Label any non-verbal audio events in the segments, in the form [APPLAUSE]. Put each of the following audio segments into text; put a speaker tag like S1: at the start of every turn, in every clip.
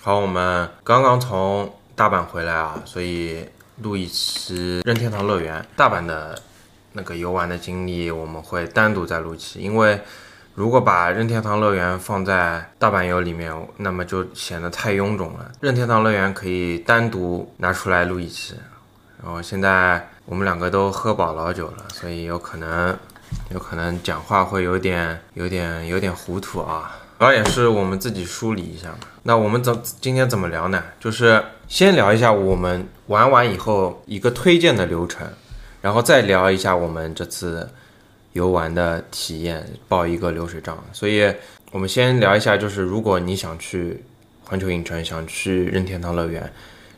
S1: 好，我们刚刚从大阪回来啊，所以录一期任天堂乐园大阪的那个游玩的经历，我们会单独再录一期，因为如果把任天堂乐园放在大阪游里面，那么就显得太臃肿了。任天堂乐园可以单独拿出来录一期，然后现在我们两个都喝饱老酒了，所以有可能有可能讲话会有点有点有点糊涂啊。主要也是我们自己梳理一下嘛。那我们怎今天怎么聊呢？就是先聊一下我们玩完以后一个推荐的流程，然后再聊一下我们这次游玩的体验，报一个流水账。所以我们先聊一下，就是如果你想去环球影城，想去任天堂乐园，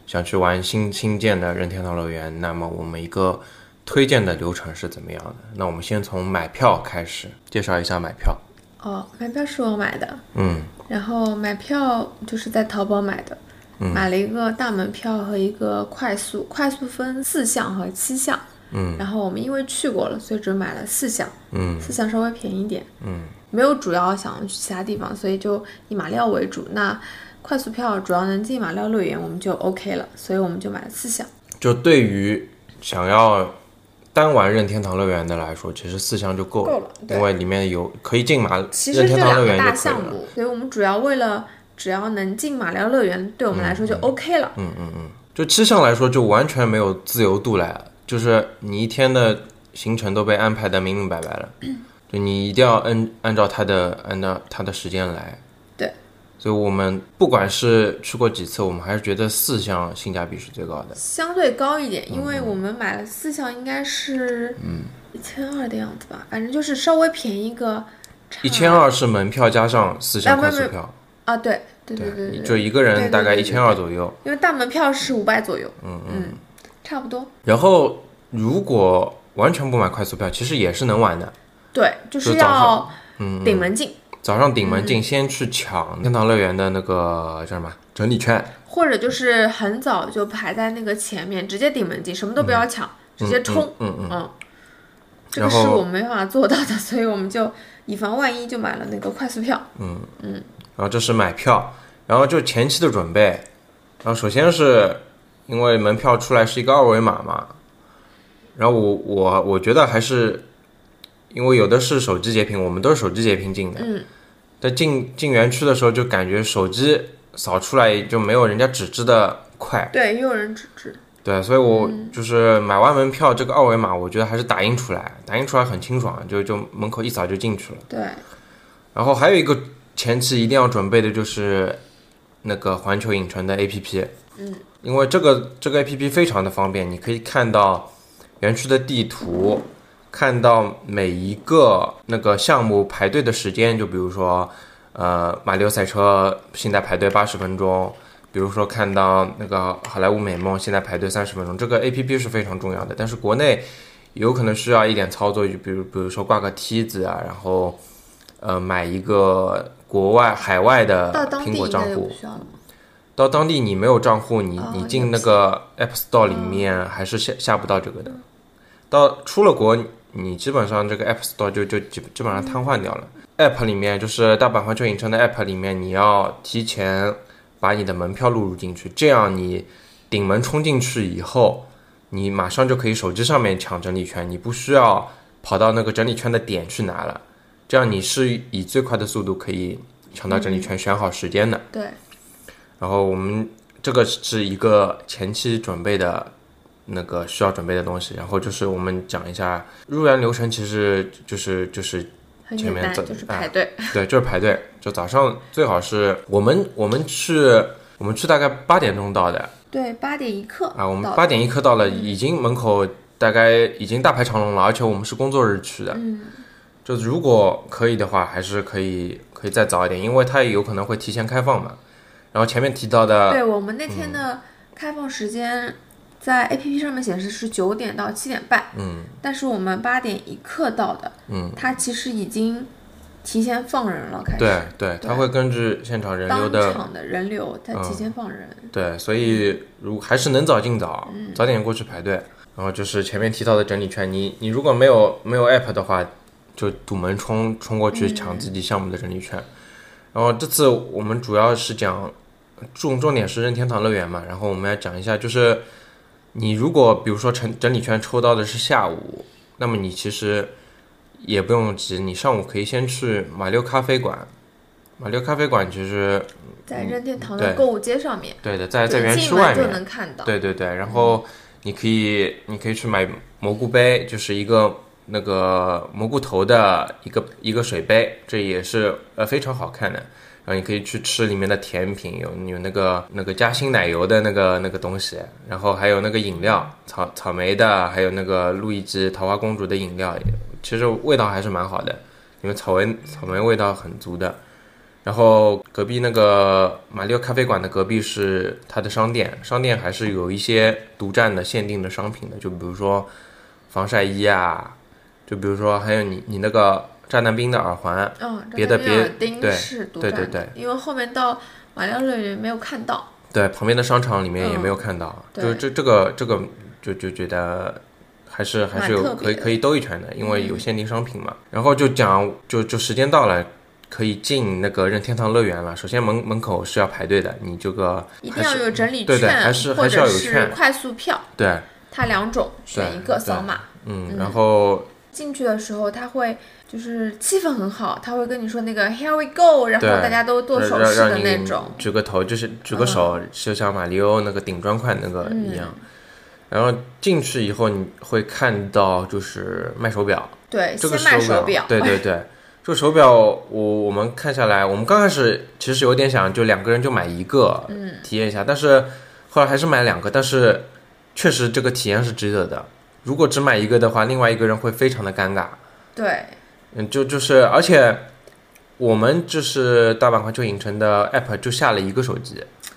S1: 想去玩新新建的任天堂乐园，那么我们一个推荐的流程是怎么样的？那我们先从买票开始，介绍一下买票。
S2: 哦，买票是我买的，
S1: 嗯，
S2: 然后买票就是在淘宝买的，
S1: 嗯
S2: 买了一个大门票和一个快速，快速分四项和七项，嗯，然后我们因为去过了，所以只买了四项，嗯，四项稍微便宜一点，嗯，没有主要想要去其他地方，所以就以马料为主。那快速票主要能进马料乐园，我们就 OK 了，所以我们就买了四项。
S1: 就对于想要单玩任天堂乐园的来说，其实四项就够
S2: 够了对
S1: 因为里面有可以进马
S2: 其
S1: 任
S2: 实这
S1: 天堂
S2: 两
S1: 乐
S2: 个
S1: 园
S2: 大
S1: 就可
S2: 项
S1: 以了。
S2: 目，所以我们主要为了只要能进马料乐园，对我
S1: 嗯
S2: 们来说就 OK 了。
S1: 就七项来说，就完全没有自由度了，就是你一天的行程都被安排的明明白白
S2: [CLEARS THROAT]
S1: 了，就你一定要按按照他的按照他的时间来。
S2: 对，
S1: 所以我们不管是去过几次，我们还是觉得四项性价比是最高的。
S2: 相对高一点，因
S1: 嗯
S2: 为我们买了四项，应该是一千二的样子吧，反正就是稍微便宜个差
S1: 一千二是门票加上四项快速票，
S2: 啊，对对对对对，
S1: 就一个人大概一
S2: 对对对对
S1: 千二左右。
S2: 因为大门票是五百左右，嗯嗯，差不多，
S1: 然后如果完全不买快速票，其实也是能玩的。
S2: 对，就
S1: 就是早上嗯
S2: 要顶门进，
S1: 早上顶
S2: 嗯
S1: 门进，先去抢天堂乐园的那个叫什么整理券，
S2: 或者就是很早就排在那个前面，直接顶门进，什么都不要抢，直接冲，
S1: 嗯
S2: 嗯这
S1: 然
S2: 个
S1: 后
S2: 是我们没办法做到的， [LAUGHS] 所以我们就以防万一就买了那个快速票，
S1: 然后这是买票，然后就前期的准备，然后首先是因为门票出来是一个二维码嘛，然后我我我觉得还是因为有的是手机截屏，我们都是手机截屏进的，
S2: 嗯，
S1: 但进进园区的时候就感觉手机扫出来就没有人家纸质的快，
S2: 对，也有人纸质，
S1: 对，所以我就是买完门票这个二维码，我觉得还是打印出来，打印出来很清爽，就就门口一扫就进去了。
S2: 对。
S1: 然后还有一个前期一定要准备的就是那个环球影城的 APP，嗯，因为这个这个 APP 非常的方便，你可以看到园区的地图，看到每一个那个项目排队的时间，就比如说呃马里奥赛车现在排队八十分钟。比如说看到那个好莱坞美梦现在排队三十分钟，这个 A P P 是非常重要的。但是国内有可能需要一点操作，就比如比如说挂个梯子啊，然后呃买一个国外海外的
S2: 到当地
S1: 呃苹果
S2: 应
S1: 账
S2: 该也
S1: 户
S2: 不，需要了吧？
S1: 到当地你没有账户，你
S2: 哦
S1: 你进那个 App Store 里面还是下下不到这个的。到出了国，你基本上这个 App Store 就就基基本上瘫痪掉了。App 里面就是大阪环球影城的 App 里面，你要提前把你的门票录入进去，这样你顶门冲进去以后，你马上就可以手机上面抢整理券，你不需要跑到那个整理券的点去拿了。这样你是以最快的速度可以抢到整理券，选好时间的。
S2: 对，
S1: 然后我们这个是一个前期准备的那个需要准备的东西，然后就是我们讲一下入园流程，其实就是就是
S2: 很
S1: 前
S2: 简
S1: 面
S2: 单，
S1: 走
S2: 就是
S1: 哎
S2: 排队。
S1: 对，就是排队，就早上最好是我们我们去我们去大概八点钟到的
S2: 对，八点一刻
S1: 啊，我们
S2: 到
S1: 八点一刻到了，已经门口大概已经大排长龙了，而且我们是工作日去的，嗯，就是如果可以的话，还是可以可以再早一点，因为它也有可能会提前开放嘛。然后前面提到的
S2: 对我们那
S1: 嗯
S2: 天的开放时间，在 APP 上面显示是九点到七点半，嗯，但是我们八点一刻到的，嗯，它其实已经提前放人了，开始
S1: 对对，他
S2: 对
S1: 会根据现场人流
S2: 当
S1: 的，嗯
S2: 场的人流，它提前放人，
S1: 对，所以如还是能早进早，早点过去排队。然后就是前面提到的整理券，你你如果没有没有 app 的话，就堵门冲冲过去抢自己项目的整理券。然后这次我们主要是讲重重点是任天堂乐园嘛，然后我们来讲一下，就是你如果比如说整整理券抽到的是下午，那么你其实也不用急，你上午可以先去马六咖啡馆。马六咖啡馆其实
S2: 在任天堂的购物街上面，
S1: 对的，嗯在在
S2: 对
S1: 园
S2: 进
S1: 区
S2: 门
S1: 外
S2: 就
S1: 面，
S2: 能看到。
S1: 对对对，然后你可以你可以去买蘑菇杯，就是一个那个蘑菇头的一个一个水杯，这也是呃非常好看的。然后你可以去吃里面的甜品，有有那个那个夹心奶油的那个那个东西，然后还有那个饮料，草草莓的，还有那个路易吉桃花公主的饮料，其实味道还是蛮好的，因为草莓草莓味道很足的。然后隔壁那个马六咖啡馆的隔壁是它的商店，商店还是有一些独占的限定的商品的，就比如说防晒衣啊，就比如说还有你你那个炸弹兵的耳环，
S2: 嗯，
S1: 别的
S2: 这边
S1: 别
S2: 有丁
S1: 对
S2: 是独
S1: 对
S2: 占
S1: 对
S2: 的，
S1: 对
S2: 因为后面到马料乐园没有看到。
S1: 对，旁边的商场里面也没有看到，
S2: 嗯
S1: 就这这个这个就就觉得还是还是有
S2: 蛮特别
S1: 可以
S2: 的
S1: 可以兜一圈的，因为有限定商品嘛。然后就讲就就时间到了。可以进那个任天堂乐园了。首先门门口是要排队的，你这个
S2: 一定
S1: 还
S2: 要
S1: 是
S2: 有整理
S1: 对对还
S2: 券，
S1: 是
S2: 或
S1: 还是
S2: 者
S1: 要有券
S2: 快速票，
S1: 对，
S2: 它两种选
S1: 对
S2: 一个
S1: 对
S2: 扫码。
S1: 嗯，然后
S2: 进去的时候，他会就是气氛很好，他会跟你说那个 Here we go，然后
S1: 对
S2: 大家都做
S1: 让
S2: 手
S1: 让
S2: 势的
S1: 让
S2: 那
S1: 你
S2: 种。嗯
S1: 举个头，就是举个手，就像马里奥那个顶砖块那个一样。然后进去以后，你会看到就是卖手表，
S2: 对，
S1: 这个
S2: 先卖
S1: 手
S2: 手表，
S1: 对对对，这个手表我我们看下来，我们刚开始其实有点想就两个人就买一个，嗯，体验一下，但是后来还是买两个，但是确实这个体验是值得的。如果只买一个的话，另外一个人会非常的尴尬，
S2: 对
S1: 嗯，就就是，而且我们就是大阪环球影城的 app 就下了一个手机，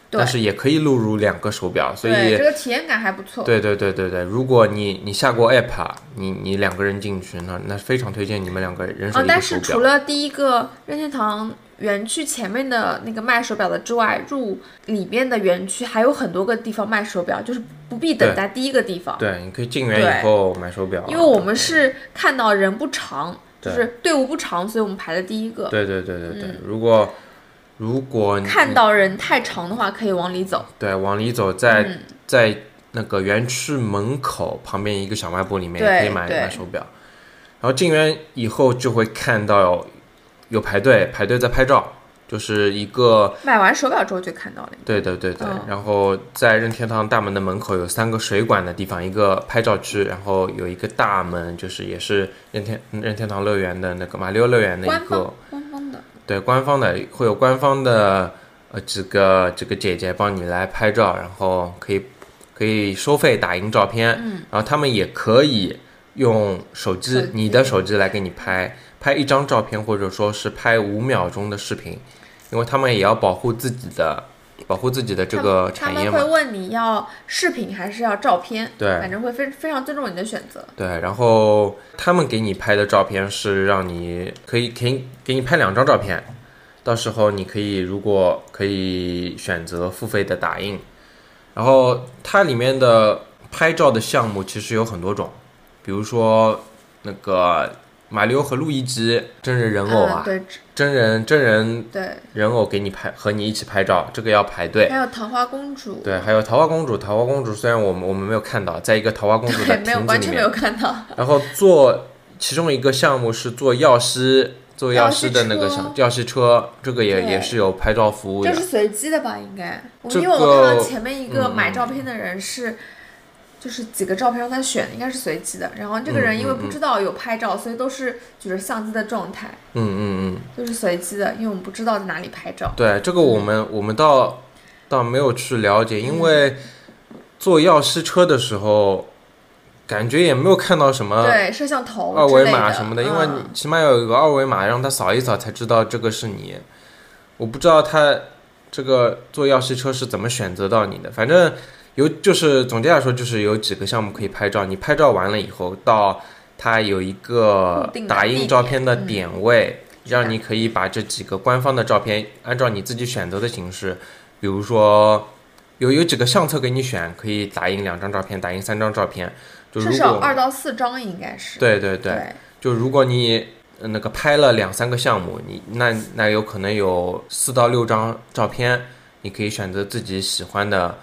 S2: 对
S1: 但是也可以录入两个手表，所
S2: 对，这
S1: 以
S2: 个体验感还不错。
S1: 对对对对对，如果你你下过 app，啊你你两个人进去，那那非常推荐你们两个人手
S2: 啊，
S1: 一个
S2: 但
S1: 手
S2: 是
S1: 表。
S2: 除了第一个任天堂园区前面的那个卖手表的之外，入里面的园区还有很多个地方卖手表，就是不必等
S1: 对
S2: 在第一个地方，
S1: 对，你可以进园以后买手表，啊
S2: 因为我们是看到人不长，就
S1: 对
S2: 是队伍不长，所以我们排的第一个。
S1: 对对对对对，如果如果你
S2: 嗯看到人太长的话，可以往里走。
S1: 对往里走，在、
S2: 嗯
S1: 在那个园区门口旁边一个小卖部里面也可以
S2: 对
S1: 买
S2: 对
S1: 买手表，然后进园以后就会看到有有排队，排队在拍照，就是一个
S2: 买完手表之后就看到了。
S1: 对对对对，
S2: 嗯
S1: 然后在任天堂大门的门口有三个水管的地方，一个拍照区，然后有一个大门，就是也是任天任天堂乐园的那个马里奥乐园的一
S2: 官
S1: 个
S2: 方官方的，
S1: 对官方的会有官方的呃这个这个姐姐帮你来拍照，然后可以可以收费打印照片，嗯，然后他们也可以用手机
S2: 手机
S1: 你的手机来给你拍拍一张照片，或者说是拍五秒钟的视频，因为他们也要保护自己的保护自己的这个
S2: 他
S1: 产
S2: 们
S1: 业
S2: 会
S1: 嘛，
S2: 问你要视频还是要照片，
S1: 对
S2: 反正会非非常尊重你的选择。
S1: 对，然后他们给你拍的照片是让你可以可以给你拍两张照片，到时候你可以如果可以选择付费的打印，然后它里面的拍照的项目其实有很多种，比如说那个马里奥和路易吉真人人偶啊
S2: 嗯，，对
S1: 真人真人
S2: 对，
S1: 人偶给你拍和你一起拍照，这个要排队。
S2: 还有桃花公主，
S1: 对，还有桃花公主，桃花公主虽然我们我们没有看到，在一个桃花公主的
S2: 对，
S1: 亭
S2: 没有
S1: 子
S2: 完
S1: 里
S2: 全
S1: 面
S2: 没有看到，
S1: 然后做其中一个项目是做药师，做药师的那个小药师车，这个也
S2: 对
S1: 也是有拍照服务
S2: 这
S1: 的
S2: 是。随机的吧？应该，我
S1: 这
S2: 因为我看
S1: 个嗯
S2: 到前面一个买照片的人是。就是几个照片让他选，应该是随机的。然后这个
S1: 嗯
S2: 人因为不知道有拍照，所以都是举着相机的状态，
S1: 嗯嗯嗯，
S2: 就是随机的，因为我们不知道在哪里拍照。
S1: 对，这个我们我们倒倒没有去了解，因为做药师车的时候，感觉也没有看到什么
S2: 对，摄像头
S1: 二
S2: 之
S1: 维
S2: 类
S1: 码什么的，因为
S2: 嗯
S1: 你起码要有一个二维码，让他扫一扫才知道这个是你。我不知道他这个做药师车是怎么选择到你的，反正有就是总结来说就是有几个项目可以拍照，你拍照完了以后，到它有一个
S2: 固定的
S1: 打印照片的
S2: 地嗯
S1: 点位，
S2: 是的
S1: 让你可以把这几个官方的照片按照你自己选择的形式，比如说。有有几个相册给你选，可以打印两张照片，打印三张照片。就如
S2: 至
S1: 果
S2: 少二到四张应该是。
S1: 对对对，
S2: 对
S1: 就如果你呃那个拍了两三个项目，你那那有可能有四到六张照片，你可以选择自己喜欢的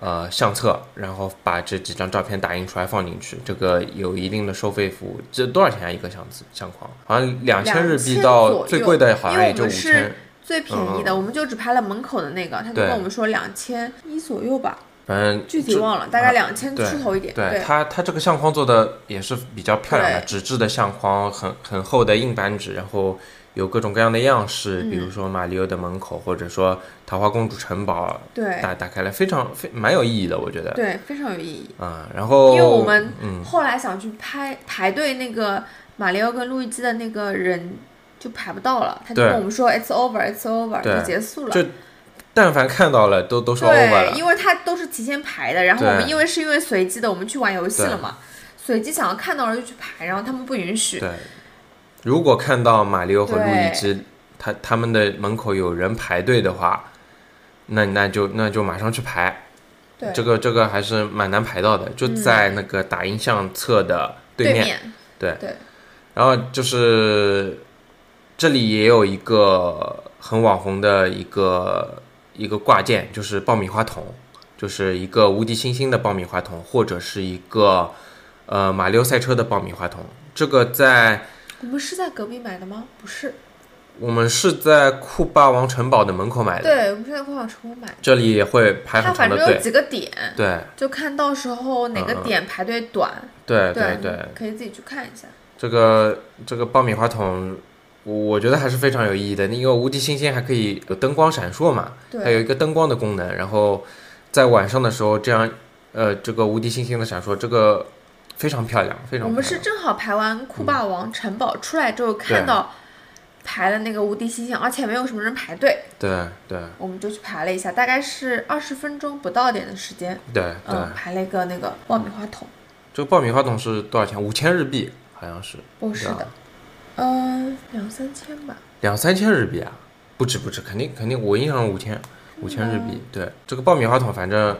S1: 呃相册，然后把这几张照片打印出来放进去。这个有一定的收费服务，这多少钱啊？一个相子相框？好像两千日币到最贵的好像也就五
S2: 因为我们
S1: 千
S2: 是。最便宜的，我们就只拍了门口的那个，他就
S1: 嗯对
S2: 跟我们说两千一左右吧，
S1: 反正
S2: 具体
S1: 这
S2: 忘了，大概两千
S1: 啊对
S2: 出头一点。
S1: 对它，它这个相框做的也是比较漂亮的，
S2: 对
S1: 纸质的相框，很很厚的硬板纸，然后有各种各样的样式，比
S2: 嗯
S1: 如说马里奥的门口，或者说桃花公主城堡，
S2: 对
S1: 打打开来非常非蛮有意义的，我觉得。
S2: 对，非常有意义。
S1: 啊、然后
S2: 因为我们
S1: 嗯
S2: 后来想去拍排队那个马里奥跟路易基的那个人就排不到了，他就
S1: 对
S2: 跟我们说 “It's over, It's over”，
S1: 对
S2: 就结束了。
S1: 就但凡看到了都都说 over
S2: 对，
S1: 了，
S2: 因为他都是提前排的，然后我们
S1: 对
S2: 因为是因为随机的，我们去玩游戏了嘛，随机想要看到了就去排，然后他们不允许。
S1: 对。如果看到马里奥和路易
S2: 对
S1: 基，他他们的门口有人排队的话，那那就那就马上去排。
S2: 对，嗯
S1: 这个这个还是蛮难排到的，就在那个打印相册的对
S2: 对
S1: 面。
S2: 面，
S1: 对
S2: 对
S1: 然后就是这里也有一个很网红的一个一个挂件，就是爆米花桶，就是一个无敌星星的爆米花桶，或者是一个呃马里奥赛车的爆米花桶。这个在
S2: 我们是在隔壁买的吗？不是，
S1: 我们是在库霸王城堡的门口买的，
S2: 对，我们是在逛城我买的。
S1: 这里也会排
S2: 它
S1: 很长
S2: 反
S1: 的
S2: 正有
S1: 队。
S2: 几个点，
S1: 对
S2: 就看到时候哪
S1: 嗯
S2: 个
S1: 嗯
S2: 点排队短，
S1: 对
S2: 对
S1: 对对，
S2: 可以自己去看一下。
S1: 这个这个爆米花桶，我我觉得还是非常有意义的，因为无敌星星还可以有灯光闪烁嘛，它有
S2: 对
S1: 一个灯光的功能，然后在晚上的时候这样，呃，这个无敌星星的闪烁，这个非常漂亮，非常漂亮。
S2: 我们是正好排完酷霸王城堡出来之后，
S1: 对
S2: 看到排的那个无敌星星，而且没有什么人排队，
S1: 对对
S2: 我们就去排了一下，大概是二十分钟不到点的时间，
S1: 对对，
S2: 嗯，排了一个那个爆米花桶，
S1: 这个爆米花桶是多少钱？五千日币好像是，
S2: 不哦是
S1: 对
S2: 的，嗯，两三千吧，
S1: 两三千日币啊，不止不止，肯定肯定，我印象中五千五千日
S2: 嗯
S1: 币。对，这个爆米花桶反正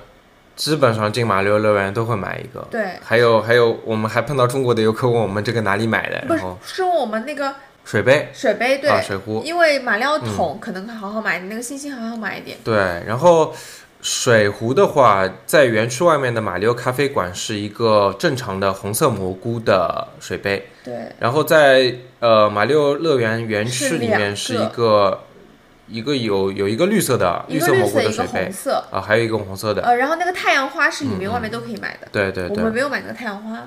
S1: 基本上进马里奥乐园都会买一个。
S2: 对，
S1: 还有还有，我们还碰到中国的游客问我们这个哪里买的，
S2: 不
S1: 然
S2: 是
S1: 后
S2: 是问我们那个
S1: 水杯
S2: 水杯对
S1: 啊，水壶，嗯
S2: 因为马里奥桶可能好好买，你那个星星好好买一点，
S1: 对，然后水壶的话，在园区外面的马里奥咖啡馆是一个正常的红色蘑菇的水杯，
S2: 对
S1: 然后在呃马里奥乐园园区
S2: 是
S1: 里
S2: 两
S1: 面是
S2: 个
S1: 一个一个有有一个绿色的
S2: 一个
S1: 色
S2: 绿
S1: 蘑菇
S2: 色
S1: 的
S2: 一
S1: 水
S2: 个
S1: 杯
S2: 红色，
S1: 啊，还有一个红色的，
S2: 呃，然后那个太阳花是里面外面都可以买的，
S1: 嗯对对
S2: 我们
S1: 对
S2: 没有买那个太阳花，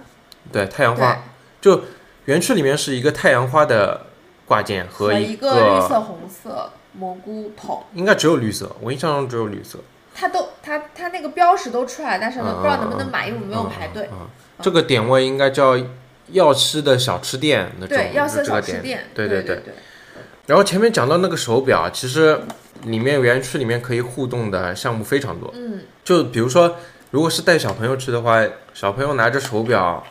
S1: 对，太阳花
S2: 对，
S1: 就园区里面是一个太阳花的挂件和
S2: 和
S1: 一
S2: 一个绿色红色蘑菇桶。
S1: 应该只有绿色，我印象中只有绿色。
S2: 它都它它那个标识都出来了，但是呢
S1: 嗯
S2: 不知道能不能买，因为我们没有排队。
S1: 嗯，这个点位应该叫药师的小吃店那种，
S2: 对，要
S1: 是
S2: 些
S1: 这个
S2: 小吃店，
S1: 对
S2: 对
S1: 对。
S2: 对，
S1: 然后前面讲到那个手表，其实里面园区里面可以互动的项目非常多。
S2: 嗯，
S1: 就比如说，如果是带小朋友去的话，小朋友拿着手表，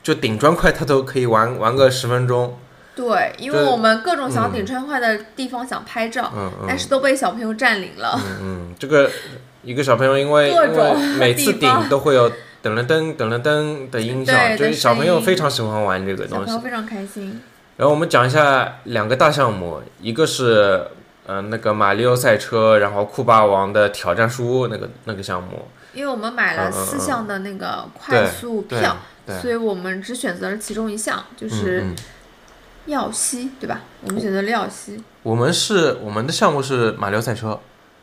S1: 就顶砖块，他都可以玩玩个十分钟。
S2: 对，因
S1: 这
S2: 为我们各种想顶川块的地方想拍照，
S1: 嗯嗯
S2: 但是都被小朋友占领了。 [LAUGHS]
S1: 嗯，这个一个小朋友因为
S2: 各
S1: 因
S2: 种
S1: 为每次
S2: 地方
S1: 顶都会有噔噔噔噔噔噔的音
S2: 对
S1: 效，
S2: 的
S1: 就是小朋
S2: 声
S1: 友
S2: 音
S1: 非常喜欢玩这个
S2: 小
S1: 东
S2: 朋
S1: 西
S2: 友。非常开心，
S1: 然后我们讲一下两个大项目，一个是呃那个马里奥赛车，然后酷霸王的挑战书那个那个项目，
S2: 因为我们买
S1: 嗯
S2: 了
S1: 嗯嗯
S2: 四项的那个快速
S1: 对
S2: 票，
S1: 对，
S2: 所以我们只选择了其中一项，就
S1: 嗯
S2: 是
S1: 嗯
S2: 耀西，对吧？我们选择了耀西。
S1: 我们是我们的项目是马里奥赛车，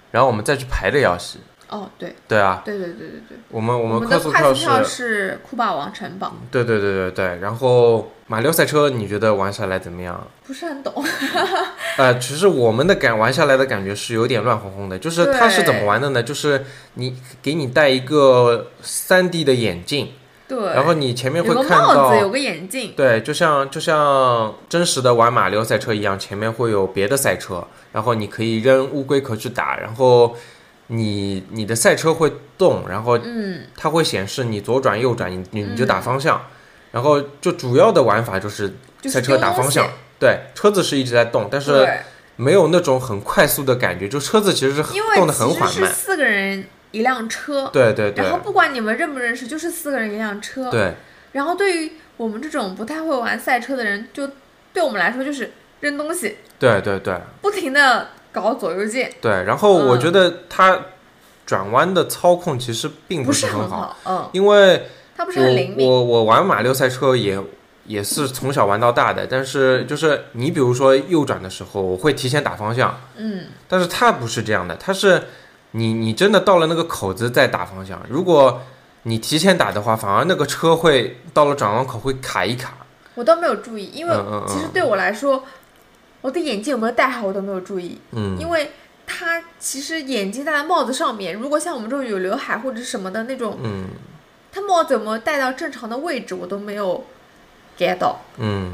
S1: 然后我们再去排的游戏，
S2: 哦，对，
S1: 对啊，
S2: 对对对对对。
S1: 我们我
S2: 我
S1: 们快
S2: 的
S1: 速
S2: 快速
S1: 是，嗯
S2: 票是酷霸王城堡，
S1: 对对对对对，然后马里奥赛车你觉得玩下来怎么样？
S2: 不是很懂。
S1: 呃，其实我们的感玩下来的感觉是有点乱哄哄的，就是它是怎么
S2: 对
S1: 玩的呢？就是你给你戴一个三 D 的眼镜，
S2: 对，
S1: 然后你前面会
S2: 有个
S1: 看到
S2: 帽子，有个眼镜，
S1: 对，就像就像真实的玩马里奥赛车一样，前面会有别的赛车，然后你可以扔乌龟壳去打，然后你你的赛车会动，然后
S2: 嗯，
S1: 它会显示你左转右转，你你你就打方向，然后就主要的玩法就是
S2: 就是
S1: 赛车打方向
S2: 丢东西，
S1: 对，车子是一直在动，但是
S2: 对，
S1: 没有那种很快速的感觉，就车子其实是很
S2: 因
S1: 动
S2: 为
S1: 得很
S2: 其实
S1: 缓
S2: 是
S1: 慢，
S2: 四个人一辆车，
S1: 对对对
S2: 然后不管你们认不认识，就是四个人一辆车。
S1: 对
S2: 然后对于我们这种不太会玩赛车的人，就对我们来说就是扔东西，
S1: 对对对
S2: 不停的搞左右键，
S1: 对，然后我觉
S2: 嗯
S1: 得它转弯的操控其实并
S2: 不
S1: 是
S2: 很
S1: 很好，
S2: 好，嗯，
S1: 因为
S2: 它不是很灵
S1: 我
S2: 敏，
S1: 我我玩马六赛车也也是从小玩到大的，但是就是你比如说右转的时候，我会提前打方向，
S2: 嗯，
S1: 但是它不是这样的，它是你你真的到了那个口子再打方向，如果你提前打的话，反而那个车会到了转弯口会卡一卡，
S2: 我倒没有注意，因为
S1: 嗯嗯嗯
S2: 其实对我来说，我的眼镜有没有戴好我都没有注意，
S1: 嗯，
S2: 因为它其实眼镜戴在帽子上面，如果像我们这种有刘海或者什么的那种，
S1: 嗯
S2: 它帽子有没有戴到正常的位置，我都没有 get 到。
S1: 嗯，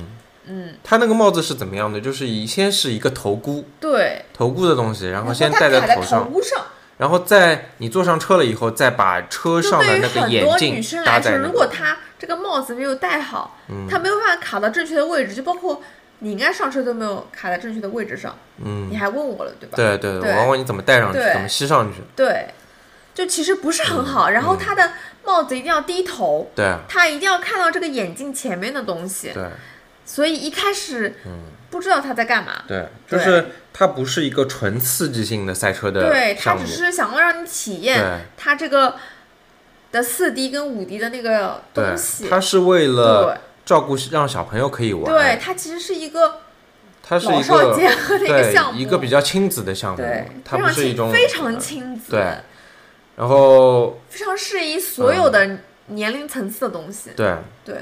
S2: 嗯，
S1: 它那个帽子是怎么样的？就是以先是一个头箍，
S2: 对。
S1: 头箍的东西，然后先
S2: 它
S1: 戴
S2: 卡在
S1: 头上，
S2: 箍上，
S1: 然后在你坐上车了以后，再把车
S2: 就
S1: 上的
S2: 对于
S1: 那个
S2: 很
S1: 眼
S2: 多
S1: 镜
S2: 女生
S1: 搭
S2: 来说，
S1: 在那
S2: 如果
S1: 个，嗯
S2: 她这个帽子没有戴好，她没有办法卡到正确的位置，就包括你应该上车都没有卡在正确的位置上，
S1: 嗯，
S2: 你还问我了，对吧？
S1: 对对，我
S2: 对
S1: 问问你怎么戴上去，
S2: 对
S1: 怎么吸上去，
S2: 对，就其实不是很
S1: 嗯
S2: 好。然后她的帽子一定要低头，
S1: 对
S2: 她一定要看到这个眼镜前面的东西，
S1: 对
S2: 所以一开始
S1: 嗯
S2: 不知道她在干嘛。
S1: 对，就
S2: 对
S1: 是它不是一个纯刺激性的赛车
S2: 对
S1: 的
S2: 他
S1: 项
S2: 只
S1: 目，
S2: 是想要让你体
S1: 对
S2: 验他这个的四 D 跟五 D 的那个
S1: 对
S2: 东，西。
S1: 它是为了
S2: 对，
S1: 照顾让小朋友可以
S2: 对，
S1: 玩，
S2: 它其实是一个
S1: 它是
S2: 老
S1: 一
S2: 少
S1: 个
S2: [LAUGHS] 结合的一个项
S1: 对
S2: 目，
S1: 一个比较亲子的项目
S2: 对，，
S1: 它
S2: 非
S1: 不
S2: 常
S1: 是一
S2: 亲
S1: 种
S2: 非常亲子，
S1: 对，嗯然后
S2: 非常适宜所有的年龄层次的东西。
S1: 对。
S2: 对，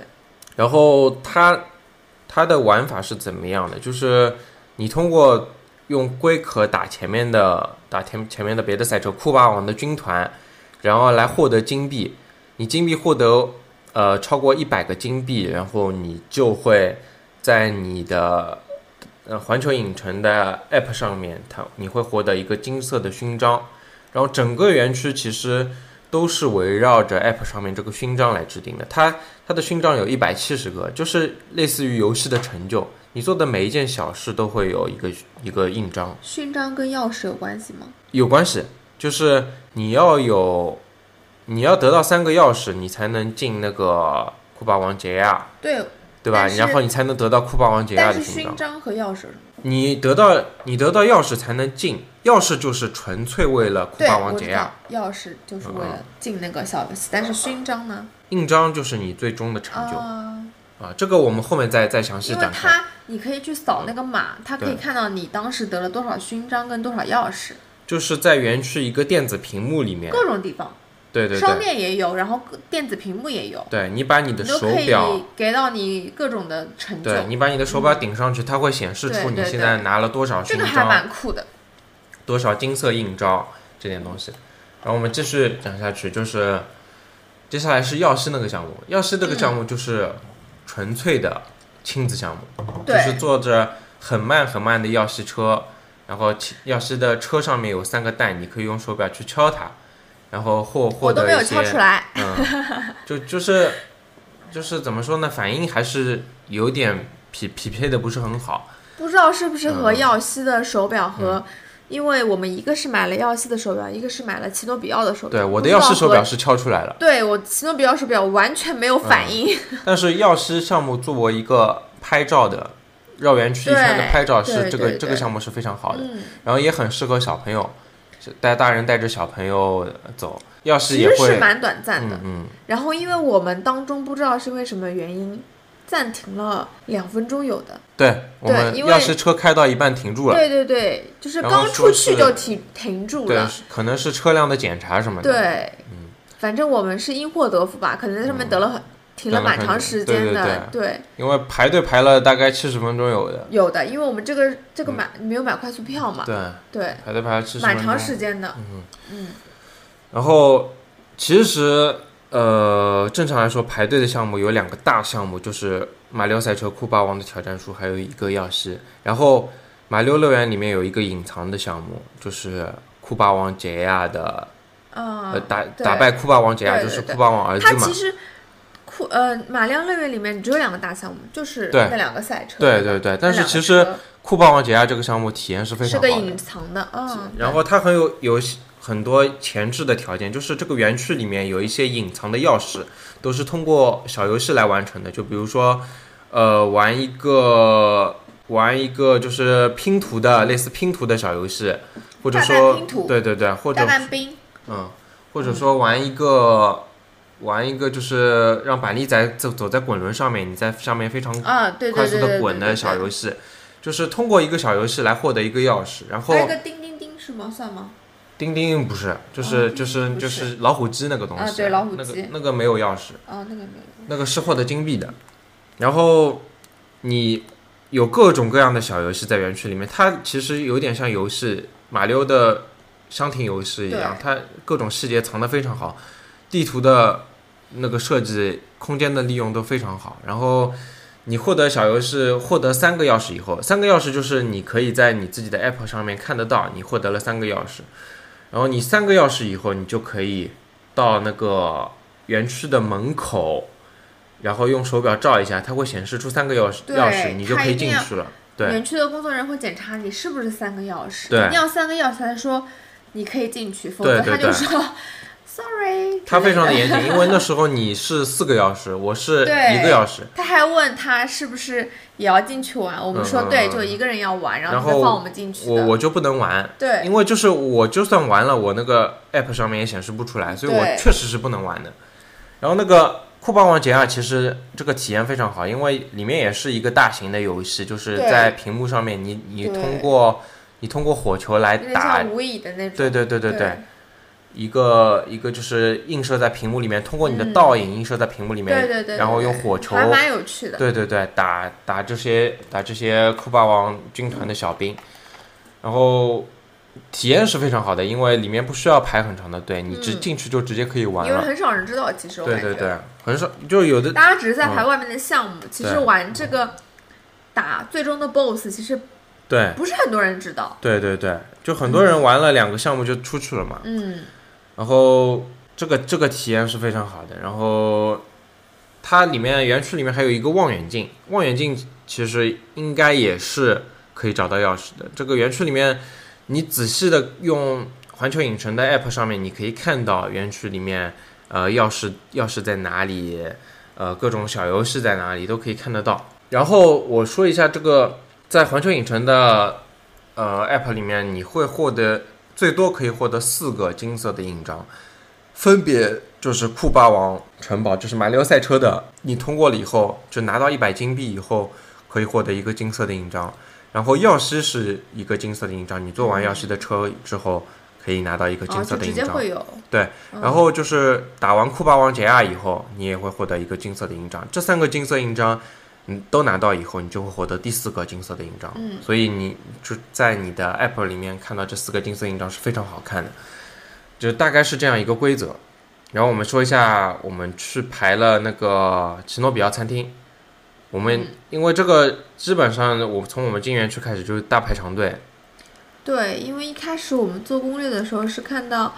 S1: 然后它它的玩法是怎么样的？就是你通过用龟壳打前面的打前前面的别的赛车库巴王的军团，然后来获得金币。你金币获得呃超过一百个金币，然后你就会在你的呃环球影城的 App 上面，它你会获得一个金色的勋章。然后整个园区其实都是围绕着 App 上面这个勋章来制定的。它它的勋章有一百七十个，就是类似于游戏的成就，你做的每一件小事都会有一个一个印章，
S2: 勋章跟钥匙有关系吗？
S1: 有关系。就是你要有，你要得到三个钥匙，你才能进那个库巴王杰亚，
S2: 对，
S1: 对吧？
S2: 但是
S1: 然后你才能得到库巴王杰亚
S2: 但
S1: 的
S2: 是
S1: 勋章
S2: 勋。章和钥匙，
S1: 你得到你得到钥匙才能进，钥匙就是纯粹为了库
S2: 对，
S1: 巴王
S2: 我
S1: 杰
S2: 知
S1: 亚嗯
S2: 道，，钥匙就是为了进那个小游戏，但是勋章呢？
S1: 印章就是你最终的成就啊、
S2: 啊。
S1: 这个我们后面再再详细
S2: 因为
S1: 展开。
S2: 它你可以去扫那个码，它可以
S1: 对
S2: 看到你当时得了多少勋章跟多少钥匙，
S1: 就是在园区一个电子屏幕里面，
S2: 各种地方，
S1: 对对
S2: 商
S1: 对，
S2: 店也有，然后各电子屏幕也有，
S1: 对你把你的
S2: 你都
S1: 手
S2: 可以
S1: 表，
S2: 给到你各种的成就，
S1: 对你把你的手表顶上去，它会显示出
S2: 对
S1: 你
S2: 对
S1: 现
S2: 对
S1: 在拿了多少
S2: 这
S1: 勋
S2: 个还
S1: 章、
S2: 蛮酷的。
S1: 多少金色印章这点东西。然后我们继续讲下去，就是接下来是药师那个项目，药师这个项目就是纯粹的亲子项目。就是
S2: 对，
S1: 坐着很慢很慢的药师车，然后其药师的车上面有三个蛋，你可以用手表去敲它，然后获获
S2: 我都
S1: 得
S2: 没有
S1: 一
S2: 敲出
S1: 些，
S2: 来，
S1: 嗯，就就是就是怎么说呢，反应还是有点匹匹配的不是很好，
S2: 不知道是不是和
S1: 嗯
S2: 耀西的手表和、因为我们一个是买了耀西的手表，一个是买了奇诺比奥的手表。
S1: 对，我
S2: 不
S1: 的
S2: 知
S1: 药
S2: 道
S1: 师手
S2: 和
S1: 表是敲出来了，
S2: 对我奇诺比奥手表完全没有反应，
S1: 但是药师项目作为一个拍照的。绕园区一圈的
S2: 对
S1: 拍照是
S2: 对
S1: 这个
S2: 对
S1: 这个
S2: 对
S1: 项目是非常好的，
S2: 嗯，
S1: 然后也很适合小朋友，是带大人带着小朋友呃走，药师
S2: 其
S1: 也
S2: 实
S1: 会
S2: [LAUGHS] 是蛮短暂的
S1: 嗯。嗯，
S2: 然后因为我们当中不知道是因为什么原因，暂停了两分钟有的。
S1: 对，我
S2: 对
S1: 们
S2: 因
S1: 钥
S2: 为
S1: 匙车开到一半停住了，
S2: 对对对，就是
S1: 然后
S2: 刚出
S1: 说是
S2: 去就停停住
S1: 对
S2: 了。，
S1: 可能是嗯车辆的检查什么的，
S2: 对，，反正我们是因祸得福吧，可能在上面得了很。停了
S1: 嗯等了
S2: 蛮
S1: 很
S2: 长
S1: 久
S2: 时
S1: 对
S2: 间
S1: 对
S2: 的，对，
S1: 因为排队排了大概七十分钟有的，
S2: 有的，因为我们这个这个买没有买快速票嘛，
S1: 嗯对，
S2: 对，
S1: 排队排了七十
S2: 蛮
S1: 分钟嗯
S2: 长，时间的，嗯
S1: 然后其实呃，正常来说排队的项目有两个大项目，就是马里奥赛车、库巴王的挑战书，还有一个钥匙，然后马里奥乐园里面有一个隐藏的项目，就是库巴王杰亚的，呃，
S2: 嗯，
S1: 打
S2: 对
S1: 打败库巴王杰亚
S2: 对
S1: 就是
S2: 对对
S1: 库巴王儿子
S2: 它
S1: 嘛
S2: 其，实库呃马亮乐园里面只有两个大项目，就是
S1: 对
S2: 那两个赛车，
S1: 对对对，但
S2: 那
S1: 是
S2: 两
S1: 其
S2: 个
S1: 实。
S2: 车
S1: 酷霸王解压这个项目体验是非
S2: 是
S1: 常好
S2: 个
S1: 的
S2: 隐，藏的，嗯，
S1: 然后它很有有很多前置的条件，就是这个园区里面有一些隐藏的钥匙，都是通过小游戏来完成的。就比如说，呃，玩一个玩一个就是拼图的，类似拼图的小游戏，或者
S2: 大
S1: 说
S2: 蛋拼图
S1: 对对对，或者
S2: 大蛋冰，
S1: 嗯，或者说玩一个玩一个就是让板栗仔走走在滚轮上面，你在上面非常
S2: 啊，对对
S1: 嗯快
S2: 对对
S1: 速
S2: 对
S1: 的
S2: 对，
S1: 滚的小游
S2: 戏，
S1: 戏，就是通过一个小游戏来获得一个钥匙，然后
S2: 还有一个叮叮叮是吗？算吗？
S1: 钉钉不是，就是
S2: 哦
S1: 就是
S2: 不是
S1: 就是老虎机那个东
S2: 啊
S1: 西，
S2: 对老虎
S1: 那个
S2: 机
S1: 那个没有钥匙，
S2: 哦，那个没有，
S1: 那个是获得金币的。然后你有各种各样的小游戏在园区里面，它其实有点像游戏马里奥的箱庭游戏一样，
S2: 对
S1: 它各种细节藏得非常好，地图的那个设计、空间的利用都非常好。然后你获得小游戏获得三个钥匙以后，三个钥匙就是你可以在你自己的 app 上面看得到，你获得了三个钥匙。然后你三个钥匙以后，你就可以到那个园区的门口，然后用手表照一下，它会显示出三个钥匙
S2: 对
S1: 钥匙，你就
S2: 它
S1: 可以
S2: 一定
S1: 进
S2: 要
S1: 去了。对
S2: 园区的工作人员会检查你是不是三个钥匙，
S1: 对
S2: 一定要三个钥匙才说你可以进去，否
S1: 对
S2: 则他
S1: 对
S2: 就
S1: 对
S2: 说
S1: [LAUGHS]
S2: sorry 之类的。
S1: 它非常的严谨，因
S2: [LAUGHS]
S1: 为那时候你是四个钥匙，我是
S2: 对
S1: 一个钥匙，
S2: 他还问他是不是也要进去玩，我们说
S1: 嗯嗯
S2: 对，
S1: 嗯
S2: 就一个人要玩，
S1: 然
S2: 后他
S1: 后
S2: 放我们进去的。
S1: 我我就不能玩，
S2: 对
S1: 因为就是我就算玩了，我那个 app 上面也显示不出来，所以我
S2: 对
S1: 确实是不能玩的。然后那个酷霸王杰啊，其实这个体验非常好，因为里面也是一个大型的游戏，就是
S2: 对
S1: 在屏幕上面你，你
S2: 对
S1: 通过你通过火球来
S2: 有点
S1: 打
S2: 像，无蚁的那种。
S1: 对对对对
S2: 对
S1: 对，一个一个就是映射在屏幕里面，通过你的
S2: 嗯
S1: 倒影映射在屏幕里面，
S2: 对对对，
S1: 然后
S2: 对
S1: 用
S2: 对
S1: 火球
S2: 还蛮有趣的。
S1: 对对对，打打这些打这些酷霸王军团的小兵，然后体验是非常好的，因为里面不需要排很长的队，你直
S2: 嗯
S1: 进去就直接可以玩
S2: 因为
S1: 了。
S2: 很少人知道，其实我
S1: 对
S2: 感觉，
S1: 对对，很少，就有的
S2: 大家只是在
S1: 嗯
S2: 排外面的项目，其实
S1: 对
S2: 玩这个打最终的 BOSS，其实
S1: 对
S2: 不是很多人知道。
S1: 对对对，就很多人玩了两个项目就出去了嘛。
S2: 嗯，
S1: 然后这个这个体验是非常好的。然后它里面园区里面还有一个望远镜，望远镜其实应该也是可以找到钥匙的。这个园区里面，你仔细的用环球影城的 app 上面，你可以看到园区里面呃钥匙钥匙在哪里，呃各种小游戏在哪里都可以看得到。然后我说一下这个在环球影城的呃 app 里面，你会获得最多可以获得四个金色的印章，分别就是酷霸王城堡，就是马里奥赛车的，你通过了以后就拿到一百金币以后可以获得一个金色的印章，然后药师是一个金色的印章，你坐完药师的车之后可以拿到一个金
S2: 哦，
S1: 色
S2: 就
S1: 的
S2: 直
S1: 印
S2: 接
S1: 章。
S2: 会有。
S1: 对，
S2: 嗯
S1: 然后就是打完酷霸王杰亚以后，你也会获得一个金色的印章。这三个金色印章，你都拿到以后，你就会获得第四个金色的印章。
S2: 嗯
S1: 所以你就在你的 app 里面看到这四个金色印章是非常好看的，就大概是这样一个规则。然后我们说一下，我们去排了那个奇诺比奥餐厅。我们
S2: 嗯
S1: 因为这个基本上，我从我们进园区开始就是大排长队，
S2: 对，因为一开始我们做攻略的时候是看到，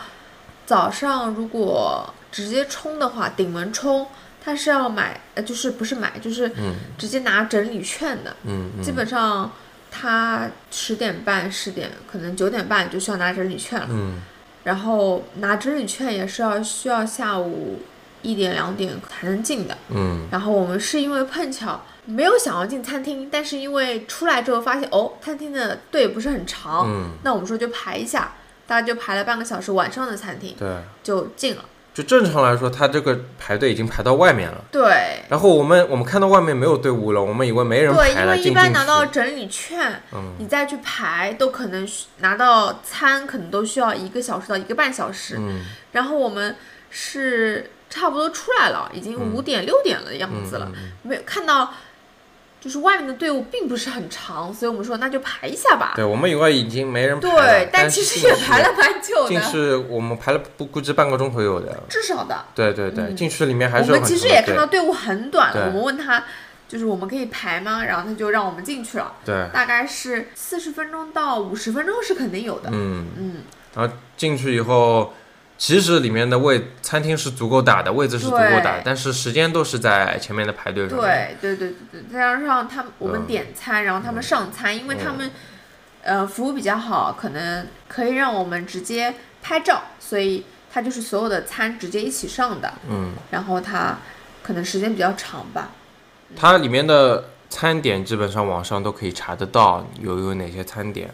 S2: 早上如果直接冲的话，顶门冲，它是要买，呃，就是不是买，就是
S1: 嗯
S2: 直接拿整理券的。
S1: 嗯
S2: 基
S1: 嗯
S2: 本上他十点半、十点，可能九点半就需要拿整理券了。
S1: 嗯，
S2: 然后拿整理券也是要需要下午一点、两点才能进的。
S1: 嗯，
S2: 然后我们是因为碰巧没有想要进餐厅，但是因为出来之后发现哦，餐厅的队不是很长，
S1: 嗯
S2: 那我们说就排一下，大家就排了半个小时，晚上的餐厅
S1: 对。
S2: 就进了。
S1: 就正常来说，他这个排队已经排到外面了。
S2: 对
S1: 然后我们我们看到外面没有队伍了，我们以为没人
S2: 对，
S1: 排
S2: 因
S1: 了，
S2: 为一
S1: 进
S2: 般
S1: 进
S2: 拿到
S1: 去。
S2: 整理券，
S1: 嗯
S2: 你再去排，都可能需拿到餐，可能都需要一个小时到一个半小时。
S1: 嗯
S2: 然后我们是差不多出来了，已经五点六点了的样
S1: 嗯
S2: 子了，
S1: 嗯
S2: 没有看到，就是外面的队伍并不是很长，所以我们说那就排一下吧。
S1: 对，我们以为已经没人排
S2: 对
S1: 了，，
S2: 但
S1: 但
S2: 其实
S1: 进
S2: 也
S1: 去
S2: 排了蛮久
S1: 进
S2: 的，
S1: 去我们排了不估计半个钟头有的。
S2: 至少的。
S1: 对对对，进去里面还
S2: 嗯我
S1: 是有
S2: 们
S1: 很
S2: 其实
S1: 长的
S2: 也
S1: 队
S2: 看到队伍很短
S1: 对
S2: 了，我们问他，就是我们可以排吗？然后他就让我们进去了，
S1: 对，
S2: 大概是四十分钟到五十分钟是肯定有的。
S1: 嗯，
S2: 嗯，
S1: 然后进去以后。其实里面的位餐厅是足够大的，位置是足够大
S2: 对，
S1: 但是时间都是在前面的排队上。，
S2: 对对对对对，再加上他们我
S1: 嗯
S2: 们点餐，然后他们上餐，因为他们呃服务比较好，可能可以让我们直接拍照，所以他就是所有的餐直接一起上的。
S1: 嗯，
S2: 然后他可能时间比较长吧，
S1: 它里面的餐点基本上网上都可以查得到有有哪些餐点，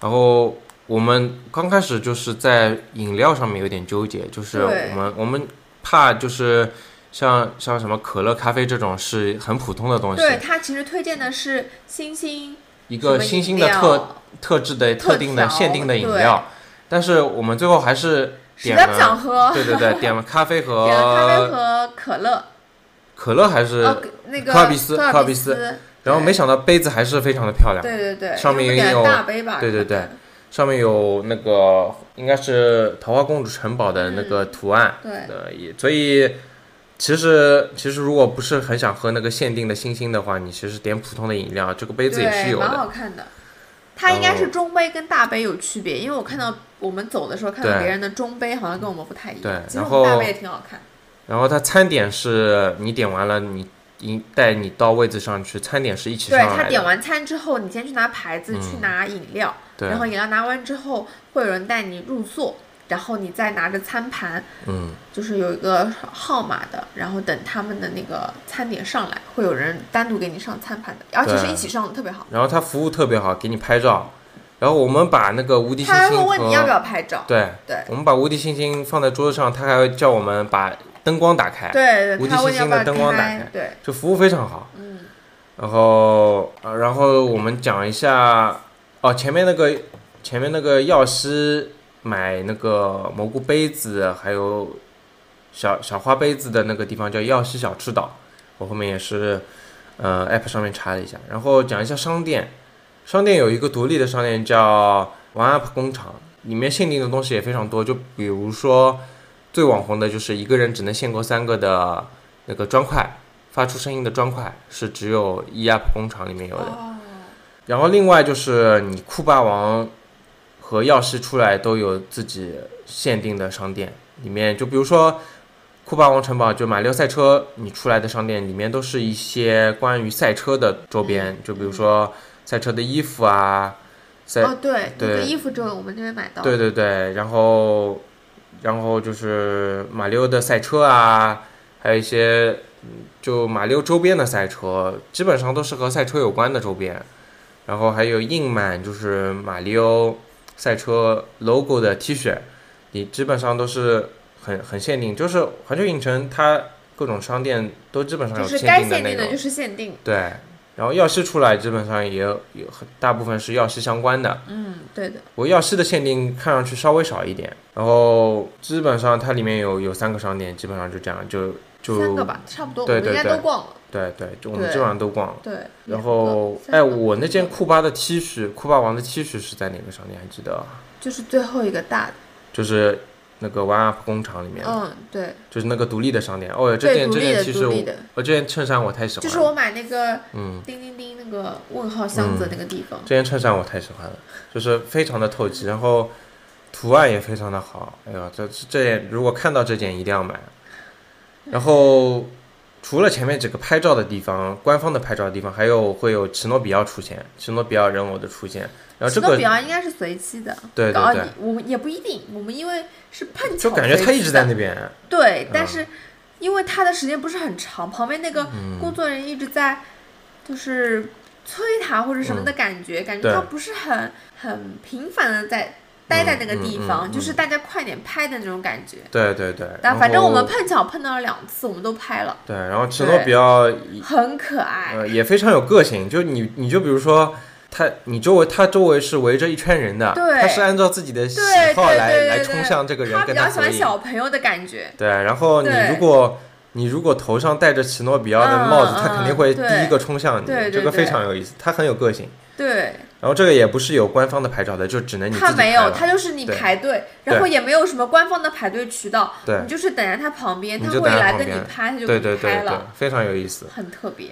S1: 然后我们刚开始就是在饮料上面有点纠结，就是
S2: 对
S1: 我们我们怕就是像像什么可乐、咖啡这种是很普通的东西，
S2: 对他其实推荐的是星星
S1: 嗯一
S2: 一
S1: 个新兴的特特制的、
S2: 特
S1: 特定的、
S2: 调
S1: 限定的饮
S2: 对
S1: 料，但是我们最后还是
S2: 实
S1: 点
S2: 在不
S1: 了，
S2: 想喝，
S1: 对对对，点了咖啡
S2: [LAUGHS] 点了咖啡
S1: 和
S2: 和可乐，
S1: 可乐还是，
S2: 哦，那个
S1: 科尔必斯
S2: 科
S1: 科尔
S2: 必
S1: 必斯然后没想到杯子还是非常的漂亮，
S2: 对对对，
S1: 上面
S2: 因为
S1: 也
S2: 我
S1: 有
S2: 点了大杯吧，
S1: 对对
S2: 可能
S1: 上面有那个应该是桃花公主城堡的那个图案，
S2: 嗯对
S1: 呃，也所以其实其实如果不是很想喝那个限定的星星的话，你其实点普通的饮料，这个杯子也是
S2: 对，
S1: 有
S2: 蛮
S1: 的。
S2: 好看的。它应该
S1: 然
S2: 是中杯跟大杯有区别，因为我看到我们走的时候看到
S1: 对
S2: 别人的中杯好像跟我们不太一样，
S1: 对
S2: 其实
S1: 然
S2: 我们大
S1: 后
S2: 杯也挺好看。
S1: 然后它餐点是你点完了，你你带你到位置上去，餐点是一起
S2: 对
S1: 上
S2: 他
S1: 来
S2: 点
S1: 的。嗯
S2: 完餐之后，你先去拿牌子，去拿饮料，
S1: 对
S2: 然后饮料拿完之后，会有人带你入座，然后你再拿着餐盘，
S1: 嗯，
S2: 就是有一个号码的，然后等他们的那个餐点上来，会有人单独给你上餐盘的，而且是
S1: 对
S2: 一起上的，特别好。
S1: 然后它服务特别好，给你拍照。然后我们把那个无敌星
S2: 他还会
S1: 星
S2: 问你要不
S1: 和
S2: 要拍照，
S1: 对，
S2: 对
S1: 我们把无敌星星放在桌子上，他还会叫我们把灯光打开。
S2: 对
S1: 无敌
S2: 对，他问你
S1: 星
S2: 要
S1: 星
S2: 不要
S1: 的灯光打
S2: 开
S1: 开，
S2: 对，
S1: 就服务非常好。
S2: 嗯，
S1: 然后，呃然后我们讲一下，哦，前面那个前面那个药师买那个蘑菇杯子，还有小小花杯子的那个地方叫药师小吃岛，我后面也是呃 app 上面查了一下。然后讲一下商店，商店有一个独立的商店叫 One Up 工厂，里面限定的东西也非常多，就比如说最网红的就是一个人只能限购三个的那个砖块，发出声音的砖块是只有 e app 工厂里面有的。
S2: 哦，
S1: 然后另外就是你酷霸王和药师出来都有自己限定的商店，里面就比如说酷霸王城堡就马里奥赛车，你出来的商店里面都是一些关于赛车的周边，就比如说赛车的衣服啊，赛、
S2: 哦对，那个
S1: 对
S2: 衣服只有我们这边买到，
S1: 对对对，然后然后就是马里奥的赛车啊，还有一些嗯就马里奥周边的赛车，基本上都是和赛车有关的周边。然后还有硬满，就是马里奥赛车 logo 的 T 恤，你基本上都是很很限定，就是环球影城它各种商店都基本上
S2: 就
S1: 有
S2: 是该
S1: 限定的
S2: 限
S1: 内
S2: 定的
S1: 容
S2: 就。是限定，
S1: 对，然后药师出来基本上也有有很大部分是药师相关的。
S2: 嗯，对的，
S1: 我药师的限定看上去稍微少一点，然后基本上它里面有有三个商店，基本上就这样，就就
S2: 三个吧，差不多，我
S1: 对
S2: 们应
S1: 对
S2: 该
S1: 对
S2: 都逛了，
S1: 对对，就我们
S2: 对
S1: 基本上都逛了。
S2: 对，
S1: 然
S2: 两
S1: 后
S2: 个，三
S1: 哎，
S2: 个
S1: 我那件库巴的 T 恤，库巴王的 T 恤是在哪个商店？还记得啊？
S2: 就是最后一个大的，
S1: 就是那个 One Up 工厂里面，
S2: 嗯，对，
S1: 就是那个独立的商店。哦哟，这
S2: 对，
S1: 件
S2: 独
S1: 这
S2: 立
S1: 件
S2: 的，
S1: T 恤
S2: 独立
S1: 我，
S2: 的，
S1: 我这件衬衫我太喜欢
S2: 就
S1: 了。
S2: 是我买那个
S1: 嗯，
S2: 叮叮叮那个问号箱子那个地方，
S1: 这件衬衫我太喜欢了，就是非常的透气，然后图案也非常的好。哎呦，这这件如果看到这件一定要买。然后除了前面几个拍照的地方，官方的拍照的地方，还有会有奇诺比奥出现，奇诺比奥人偶的出现。然后这
S2: 奇诺
S1: 个
S2: 比啊奥应该是随机的，
S1: 对对
S2: 然后
S1: 对
S2: 你，我们也不一定，我们因为是碰巧
S1: 就感觉他
S2: 随
S1: 一
S2: 机
S1: 直在
S2: 的
S1: 那边。
S2: 对
S1: 嗯，
S2: 但是因为他的时间不是很长，旁边那个
S1: 嗯
S2: 工作人员一直在就是催他或者什么的感觉，感觉
S1: 嗯对
S2: 他不是很很频繁的在待在那个地方，
S1: 嗯嗯嗯
S2: 就是大家快点拍的那种感觉。
S1: 对对对，然
S2: 但
S1: 后
S2: 反正我们碰巧碰到了两次，我们都拍了，
S1: 对，然后奇诺比奥
S2: 很可爱。
S1: 呃也非常有个性，就你你就比如说。他，你周围，他周围是围着一圈人的，
S2: 对
S1: 他是按照自己的喜
S2: 对
S1: 好
S2: 对
S1: 来
S2: 对
S1: 来
S2: 对
S1: 冲
S2: 对
S1: 向这个人，
S2: 他比
S1: 跟
S2: 较喜
S1: 合
S2: 欢
S1: 影。
S2: 小朋友的感觉，
S1: 对，然后你
S2: 对
S1: 如果你如果头上戴着奇诺比奥的帽子，
S2: 嗯嗯
S1: 他肯定会
S2: 嗯
S1: 第
S2: 对
S1: 一个冲向你，
S2: 对对
S1: 这个
S2: 对
S1: 非常有意思，他很有个性。
S2: 对
S1: 然后这个也不是有官方的牌照的，就只能你自己
S2: 他没
S1: 拍
S2: 有，
S1: 了
S2: 他就是你
S1: 对
S2: 排队，
S1: 对
S2: 然后也没有什么官方的排队渠道，
S1: 对
S2: 你就是等在他旁边，
S1: 你
S2: 他
S1: 就
S2: 会
S1: 等在
S2: 来
S1: 旁
S2: 跟你
S1: 边
S2: 拍，他就
S1: 对
S2: 给
S1: 对
S2: 你
S1: 对
S2: 拍
S1: 对
S2: 了，，
S1: 非常有意思。
S2: 很特别。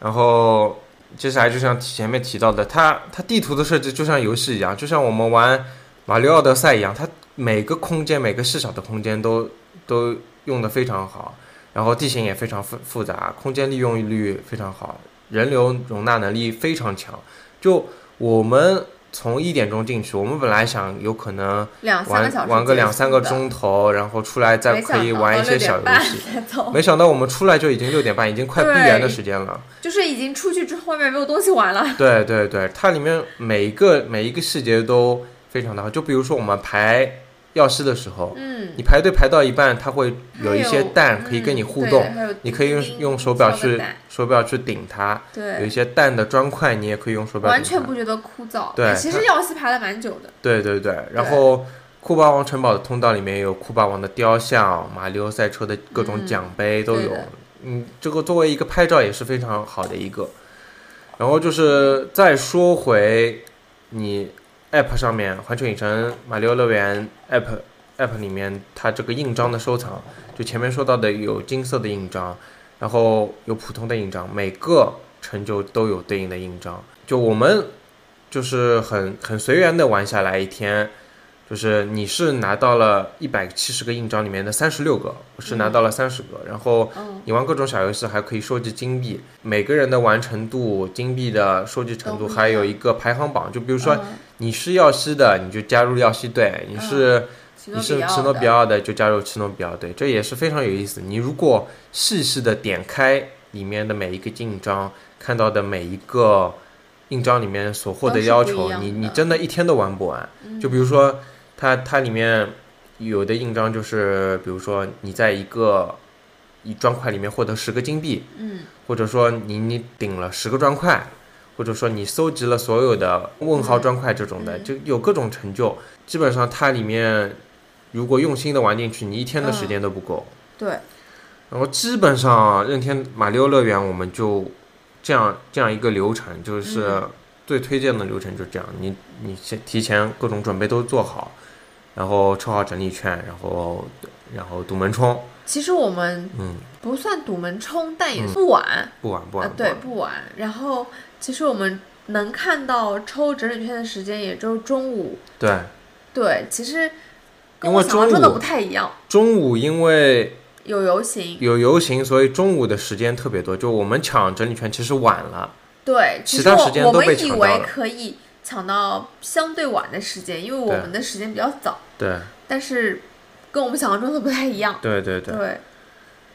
S1: 然后接下来就像前面提到的，它它地图的设计就像游戏一样，就像我们玩马里奥的赛一样，它每个空间每个细小的空间都都用的非常好，然后地形也非常复复杂，空间利用率非常好，人流容纳能力非常强。就我们从一点钟进去，我们本来想有可能
S2: 两啊三个小
S1: 玩
S2: 时
S1: 玩个两三个
S2: 结束的
S1: 钟头，然后出来再
S2: 没想
S1: 可以
S2: 到
S1: 玩一
S2: 到
S1: 些小
S2: 6:30
S1: 游戏。
S2: 才走
S1: 没想到我们出来就已经六点半，已经快闭
S2: 对
S1: 园的时间了。
S2: 就是已经出去之后外面没有东西玩了。
S1: 对对对，它里面每一个每一个细节都非常的好。就比如说我们排药师的时候，
S2: 嗯，
S1: 你排队排到一半，它会有一些蛋可以跟你互动，你可以用用手表去手表去顶它，有一
S2: 对，
S1: 些蛋的砖块你也可以用手表
S2: 完
S1: 顶
S2: 全
S1: 它。
S2: 不觉得枯燥。
S1: 对
S2: 其实药师排了蛮久的。
S1: 对对对，然后。库巴王城堡的通道里面有库巴王的雕像，马里奥赛车的各种
S2: 嗯
S1: 奖杯都
S2: 对
S1: 有
S2: 的。
S1: 嗯，这个作为一个拍照也是非常好的一个。然后就是再说回你 App 上面《环球影城》《马里奥乐园》App App 里面它这个印章的收藏，就前面说到的有金色的印章，然后有普通的印章，每个成就都有对应的印章。就我们就是很很随缘的玩下来一天。就是你是拿到了一百七十个印章里面的三十六个，我是拿到了三十个，然后
S2: 嗯，
S1: 你玩各种小游戏还可以收集金币，每个人的完成度、金币的收集程
S2: 都
S1: 度，
S2: 不一
S1: 还有
S2: 样嗯
S1: 一个排行榜。就比如
S2: 就
S1: 说你是耀西的，你就加入耀西队；你
S2: 嗯
S1: 是你是奇诺比奥的，就加入奇诺比奥队。这也是非常有意思。你如果细细的点开里面的每一个印章，看到的每一个印章里面所获
S2: 都
S1: 得
S2: 是
S1: 要
S2: 不一
S1: 求，
S2: 样
S1: 你
S2: 的
S1: 你真的一天都玩不完。
S2: 嗯
S1: 就比如说它它里面有的印章就是，比如说你在一个一砖块里面获得十个金币，
S2: 嗯，
S1: 或者说你你顶了十个砖块，或者说你搜集了所有的问号砖块这种的，
S2: 嗯
S1: 就有各种成就。基本上它里面如果用心的玩进去，你一天的时
S2: 嗯
S1: 间都不够。
S2: 对，
S1: 然后基本上任天马里奥乐园我们就这样这样一个流程，就是
S2: 嗯
S1: 最推荐的流程就这样，你你先提前各种准备都做好，然后抽好整理券，然后然后独门冲，
S2: 其实我们
S1: 嗯，
S2: 不算堵门冲，但也
S1: 嗯
S2: 不晚，
S1: 不玩不玩
S2: 啊，
S1: 不玩
S2: 对，不晚。然后其实我们能看到抽整理券的时间，也就是中午。
S1: 对，
S2: 对，其实跟
S1: 因为
S2: 我想象
S1: 中
S2: 中的
S1: 午
S2: 不太一样。
S1: 中午因为
S2: 有游行，
S1: 有游行，所以中午的时间特别多，就我们抢整理券其实晚了，
S2: 对，
S1: 其
S2: 其实
S1: 他
S2: 我
S1: 时间
S2: 我
S1: 都被
S2: 们
S1: 抢
S2: 以
S1: 到
S2: 为
S1: 了
S2: 可以抢到相对晚的时间，因为我
S1: 对
S2: 们的时间比较早，
S1: 对
S2: 但是跟我们想象中的不太一样。
S1: 对对对。
S2: 对，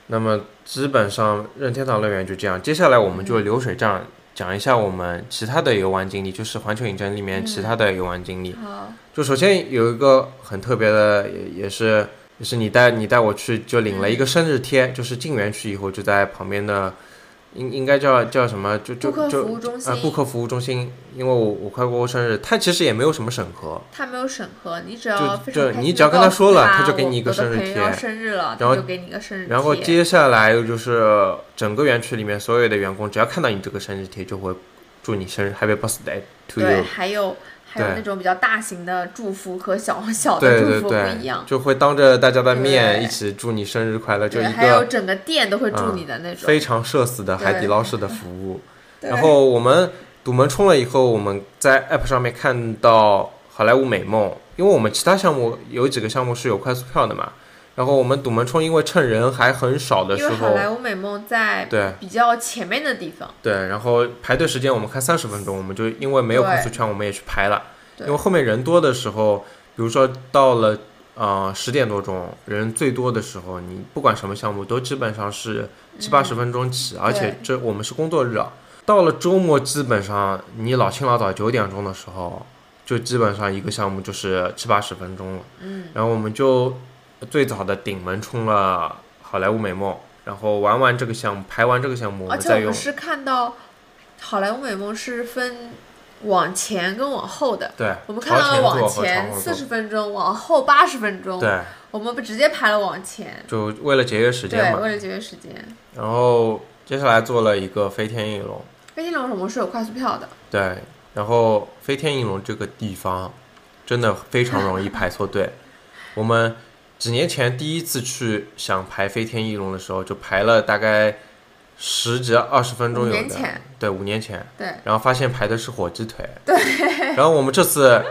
S1: 那么基本上任天堂乐园就这样，接下来我们就流水账讲一下我们其他的游玩经历，就是环球影城里面
S2: 嗯
S1: 其他的游玩经历。
S2: 好，
S1: 就首先有一个很特别的，也也是也是你带你带我去，就领了一个生日贴，就是进园区以后就在旁边的，应应该叫叫什么，就就
S2: 顾客
S1: 就
S2: 服务中
S1: 啊
S2: 心
S1: 顾客服务中心，因为我我快过生日，它其实也没有什么审核，
S2: 他没有审核，你
S1: 就
S2: 只要非
S1: 就
S2: 常开心
S1: 你
S2: 地
S1: 只要跟
S2: 告
S1: 他
S2: 诉
S1: 说了
S2: 他
S1: 他就给
S2: 我
S1: 你一个
S2: 我的
S1: 生日
S2: 朋友
S1: 贴
S2: 要生日了，
S1: 然
S2: 他
S1: 后
S2: 就给你一个生日贴。
S1: 然后接下来就是整个园区里面所有的员工，只要看到你这个生日贴，就会祝你生日 Happy Birthday to
S2: 对，
S1: you。
S2: 还有还有
S1: 对
S2: 那种比较大型的祝福和小 [LAUGHS] 小的
S1: 对
S2: 祝
S1: 对
S2: 福不一
S1: 对
S2: 样，，
S1: 就会当着大家的面
S2: 对
S1: 一起祝你生日快乐，就
S2: 对，
S1: 一
S2: 还有
S1: 个
S2: 整个店都会祝
S1: 嗯
S2: 你的那种。
S1: 非常社死的海底捞式的服务。
S2: 对
S1: 然后我们堵门冲了以后，我们在 App 上面看到好莱坞美梦，因为我们其他项目有几个项目是有快速票的嘛，然后我们堵门冲因为趁人还很少的
S2: 因
S1: 时
S2: 为好
S1: 候，
S2: 莱坞美梦在
S1: 对。
S2: 比较前面的地方，
S1: 对，然后排队时间我们看三十分钟，我们就因为没有
S2: 对
S1: 快速圈，我们也去排了。
S2: 对
S1: 因为后面人多的时候，比如说到了呃十点多钟，人最多的时候，你不管什么项目都基本上是七八
S2: 嗯
S1: 十分钟起，而且这我们是工作日啊。到了周末，基本上你老清老早九点钟的时候，就基本上一个项目就是七八十分钟了。
S2: 嗯，
S1: 然后我们就最早的顶门冲了好莱坞美梦，然后玩完这个项目，排完这个项目，我
S2: 而
S1: 们
S2: 且我
S1: 再
S2: 们
S1: 用。
S2: 是看到好莱坞美梦是分往前跟往后的，
S1: 对，
S2: 我们看到了往
S1: 朝
S2: 前
S1: 前
S2: 四
S1: 做
S2: 十分钟，往后八十分钟，
S1: 对，
S2: 我们不直接排了往前，
S1: 就为了节约时
S2: 对
S1: 间，嘛。
S2: 为了节约时间。
S1: 然后接下来做了一个飞天翼龙，
S2: 飞天龙我们是有快速票的，
S1: 对，然后飞天翼龙这个地方真的非常容易排错队。我们几年前第一次去想排飞天翼龙的时候，就排了大概十几二十分钟
S2: 五
S1: 有
S2: 年
S1: 的
S2: 前，
S1: 对，五年前。
S2: 对，
S1: 然后发现排的是火鸡腿，对。然后我们这次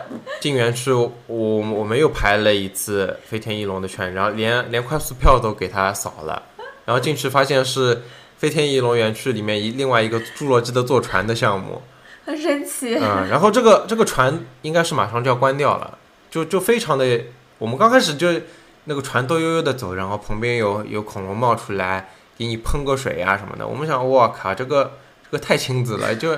S1: 进园区，我我们又排了一次飞天翼龙的券，然后连连快速票都给它扫了，然后进去发现是飞天翼龙园区里面一另外一个侏罗纪的坐船的项目，
S2: 很神奇。 [LAUGHS]
S1: 嗯，然后这个这个船应该是马上就要关掉了，就就非常的，我们刚开始就那个船都悠悠的走，然后旁边有有恐龙冒出来给你喷个水啊什么的，我们想，哇靠，这个这个太亲子了，就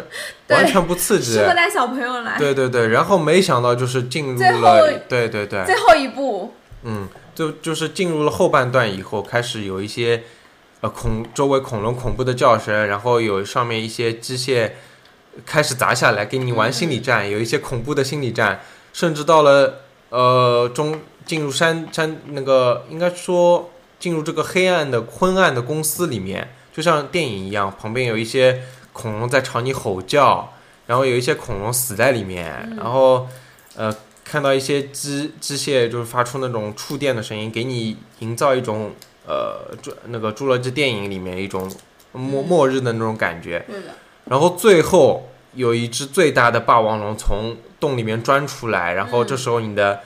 S1: 完全不刺激
S2: 适。合带小朋友来。
S1: 对对对，然后没想到就是进入
S2: 最后
S1: 了，对对对，
S2: 最后一步，
S1: 嗯，就就是进入了后半段以后，开始有一些呃恐周围恐龙恐怖的叫声，然后有上面一些机械开始砸下来，给你玩心理战，有一些恐怖的心理战，甚至到了呃中进入山山那个应该说进入这个黑暗的昏暗的公司里面，就像电影一样，旁边有一些恐龙在朝你吼叫，然后有一些恐龙死在里面，然后呃看到一些机机械就是发出那种触电的声音，给你营造一种呃侏那个侏罗纪电影里面一种末末日的那种感觉。
S2: 对的，
S1: 然后最后有一只最大的霸王龙从洞里面钻出来，然后这时候你的、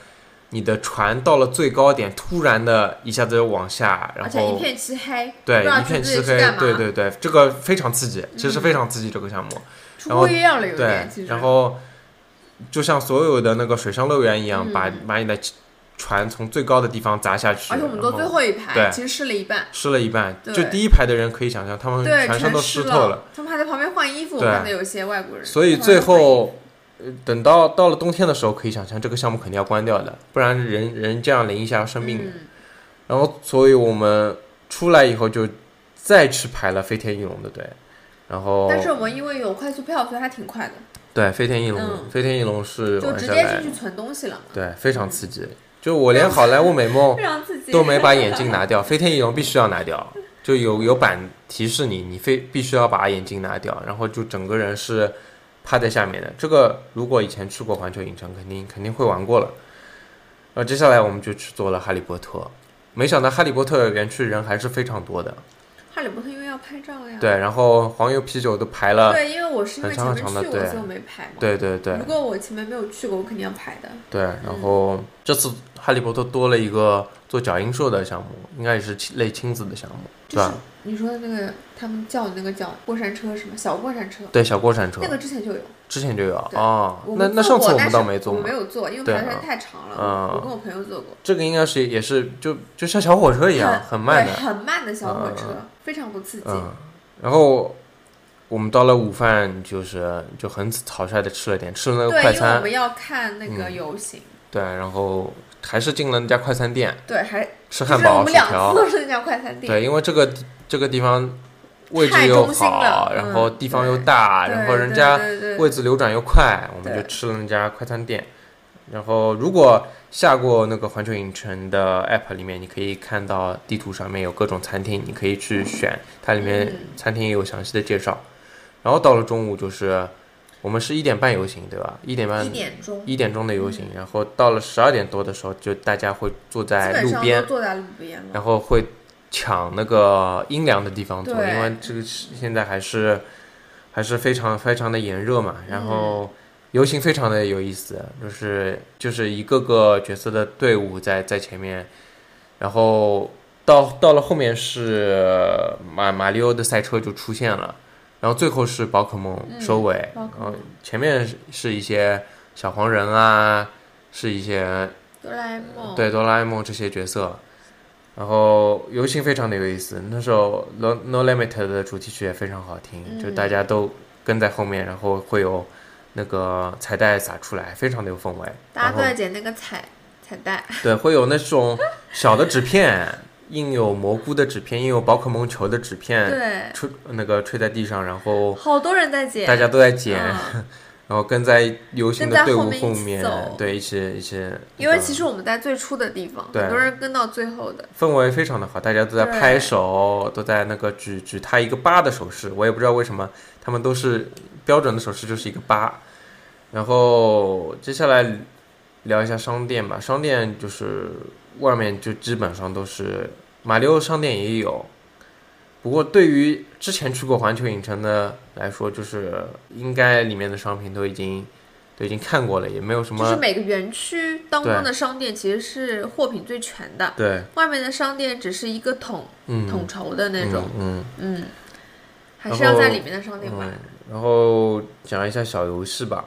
S1: 你的船到了最高点，突然的一下子就往下，然
S2: 而
S1: 后
S2: 且一片漆黑，
S1: 对，
S2: 不知道
S1: 一片
S2: 自己
S1: 漆
S2: 是
S1: 黑
S2: 干，嘛
S1: 对对对，这个非常刺激，其实非常刺激这个项目，
S2: 出
S1: 然后
S2: 乎意料了有
S1: 对
S2: 点，其，实。
S1: 然后就像所有的那个水上乐园一
S2: 嗯
S1: 样，把把你的船从最高的地方砸下去，
S2: 而且我们坐
S1: 然
S2: 最
S1: 后
S2: 后一
S1: 对
S2: 排，其实试了一半，
S1: 湿了一半，
S2: 对
S1: 就第一排的人可以想象，他们
S2: 对，
S1: 上
S2: 全
S1: 嗯都
S2: 湿
S1: 湿透了，，
S2: 他们还在旁边换衣服，我
S1: 对
S2: 看到有一些外国人。
S1: 所以最后，呃等到到了冬天的时候，可以想象这个项目肯定要关掉的，不然人人这样淋一下要生病的。
S2: 嗯，
S1: 然后，所以我们出来以后就再去排了飞天翼龙的队，然后
S2: 但是我们因为有快速票，所以还挺快的，
S1: 对飞天翼龙，
S2: 嗯
S1: 飞天翼龙是
S2: 就
S1: 晚
S2: 直
S1: 上
S2: 接
S1: 来
S2: 进，去存东西了嘛，
S1: 对，非常刺激。就我连好莱坞美梦
S2: [LAUGHS] 非常刺激。
S1: 都没把眼镜拿掉，飞天翼龙必须要拿掉，就有有板提示你，你非必须要把眼镜拿掉，然后就整个人是趴在下面的。这个如果以前去过环球影城，肯定肯定会玩过了。然后接下来我们就去做了哈利波特，没想到哈利波特园区人还是非常多的，
S2: 哈利波特因为要拍照呀，
S1: 对，然后黄油啤酒都排了，
S2: 对，因为我是因为
S1: 很
S2: 前
S1: 长
S2: 面
S1: 很长
S2: 去过，
S1: 的对
S2: 所以我没排嘛。
S1: 对对对
S2: 如果我前面没有去过，我肯定要排的。
S1: 对，
S2: 嗯
S1: 然后这次哈利波特多了一个做脚印兽的项目，应该也是亲类亲子的项目，对
S2: 就是
S1: 吧？
S2: 你说的那个，他们叫的那个叫过山车是吗？小过山车，
S1: 对，小过山车
S2: 那。个之前就有。
S1: 之前就有
S2: 对
S1: 哦，
S2: 我
S1: 那
S2: 们
S1: 那
S2: 坐
S1: 上次
S2: 过
S1: 我
S2: 但
S1: 们
S2: 是
S1: 倒没做
S2: 我
S1: 嘛
S2: 没。有坐，因为
S1: 对
S2: 排队
S1: 啊
S2: 太长了。
S1: 嗯
S2: 我跟我朋友
S1: [LAUGHS]
S2: 坐过，
S1: 这个应该是也是就就像小火车一样，很慢
S2: 对
S1: 的。
S2: 很慢的小火车，
S1: 嗯
S2: 非常不刺激。
S1: 嗯，然后我们到了午饭，就是就很草率的吃了点，吃了那个
S2: 对，
S1: 快
S2: 因为我
S1: 餐，嗯
S2: 们要看那个游行，
S1: 对，然后还是进了那家快餐店
S2: 对，还
S1: 吃
S2: 就是
S1: 汉
S2: 我
S1: 堡、
S2: 们
S1: 薯
S2: 两次
S1: 条，
S2: 都是那家快餐店，
S1: 对，因为这个这个地方位置
S2: 太
S1: 又
S2: 中心了
S1: 好，然后
S2: 嗯
S1: 地方又
S2: 对
S1: 大，
S2: 对
S1: 然后人家
S2: 对对对
S1: 位置流转又快，我们
S2: 对
S1: 就吃了那家快餐店。然后，如果下过那个环球影城的 app 里面，你可以看到地图上面有各种餐厅，你可以去选，它里面
S2: 嗯
S1: 餐厅也有详细的介绍。然后到了中午，就是我们是一点半游行，对吧？一点半
S2: 一点钟，基
S1: 一点钟的游行，然后到了十二点多的时候，就大家会坐在
S2: 本
S1: 路
S2: 上
S1: 边
S2: 都，坐在路边了。
S1: 然后会抢那个阴凉的地方坐，
S2: 对
S1: 因为这个是现在还是还是非常非常的炎热嘛。
S2: 嗯
S1: 然后游行非常的有意思，就是就是一个个角色的队伍在在前面，然后到到了后面是马马里奥的赛车就出现了。然后最后是宝可梦
S2: 嗯
S1: 收尾，
S2: 宝可
S1: 然后
S2: 梦
S1: 前面是是一些小黄人啊，是一些
S2: 哆啦 A 梦，
S1: 对哆啦 A 梦这些角色，然后游行非常的有意思。那首《No No Limit》的主题曲也非常好听，
S2: 嗯
S1: 就大家都跟在后面，然后会有那个彩带撒出来，非常的有氛围。
S2: 大家
S1: 然
S2: 都
S1: 后
S2: 在捡那个彩彩带，
S1: 对，会有那种小的纸片，印有蘑菇的纸片，印有宝可梦球的纸片，
S2: 对，
S1: 吹那个吹在地上，然后
S2: 好多人在捡，
S1: 哦大家都在捡。
S2: 嗯
S1: 然后跟在游行
S2: 跟
S1: 的
S2: 在
S1: 队
S2: 后
S1: 伍
S2: 面一
S1: 后
S2: 起
S1: 面
S2: 走，
S1: 对，一起一起。[LAUGHS]
S2: 因为
S1: 嗯
S2: 其实我们在最初的地方，
S1: 对
S2: 很多人跟到最后的，
S1: 氛围非常的好，大家都在
S2: 对
S1: 拍手，都在那个举举他一个八的手势，我也不知道为什么他们都是标准的手势就是一个八。然后接下来聊一下商店吧，商店就是外面就基本上都是马里奥商店也有，不过对于之前去过环球影城的来说，就是应该里面的商品都已经都已经看过了，也没有什么、
S2: 就是每个园区当中的商店其实是货品最全的，
S1: 对，
S2: 外面的商店只是一个统
S1: 嗯，
S2: 统筹的那种，
S1: 嗯嗯
S2: 嗯，还
S1: 然
S2: 是要在
S1: 后
S2: 里面的商店买。
S1: 嗯然后讲一下小游戏吧。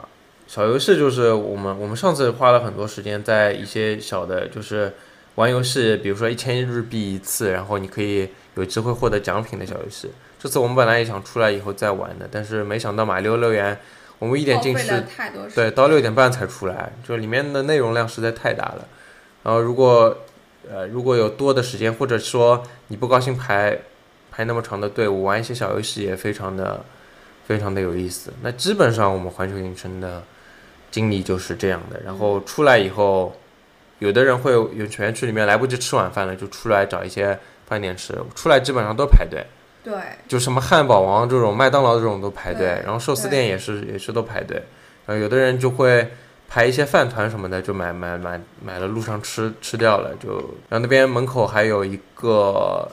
S1: 小游戏就是我们我们上次花了很多时间在一些小的，就是玩游戏，比如说一千日币一次，然后你可以有机会获得奖品的小游戏。这次我们本来也想出来以后再玩的，但是没想到马六乐园我们一点进去，
S2: 太多时间
S1: 对，到六点半才出来，就里面的内容量实在太大了。然后如果呃如果有多的时间，或者说你不高兴排排那么长的队伍，玩一些小游戏也非常的非常的有意思。那基本上我们环球影城的经历就是这样的。然
S2: 嗯
S1: 后出来以后，有的人会有园区里面来不及吃晚饭了，就出来找一些饭店吃。出来基本上都排队，
S2: 对
S1: 就什么汉堡王这种、麦当劳这种都排队
S2: 对，
S1: 然后寿司
S2: 对
S1: 店也是也是都排队，然后有的人就会排一些饭团什么的，就买买买买了路上吃吃掉了，就然后那边门口还有一个，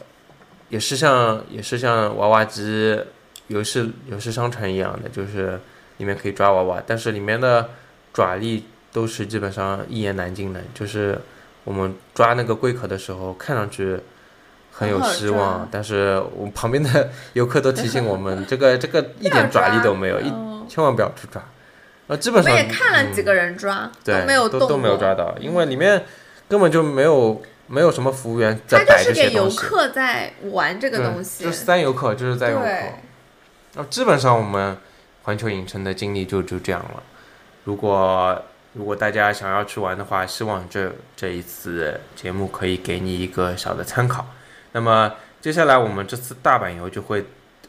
S1: 也是像也是像娃娃机游戏游戏商城一样的，就是里面可以抓娃娃，但是里面的爪力都是基本上一言难尽的，就是我们抓那个龟壳的时候，看上去很有
S2: 很好
S1: 希
S2: 抓
S1: 望，但是我们旁边的 [LAUGHS] 游客都提醒我
S2: [LAUGHS]
S1: 们，这个这个一点爪力都没有，一
S2: 嗯
S1: 千万不要去抓。呃，基
S2: 我
S1: 本
S2: 们
S1: 上
S2: 也看了几
S1: 嗯
S2: 个人抓，
S1: 对，
S2: 没有动
S1: 都
S2: 过，嗯
S1: 都没有抓到，因为里面根本就没有没有什么服务员在
S2: 他就
S1: 摆这
S2: 是
S1: 些
S2: 给游
S1: 东西。
S2: 客在玩这个
S1: 对
S2: 东西，
S1: 就是三游客，就是在游客。
S2: 对
S1: 那基本上我们环球影城的经历就就这样了。如果如果大家想要去玩的话，希望这这一次节目可以给你一个小的参考。那么接下来我们这次大阪游就会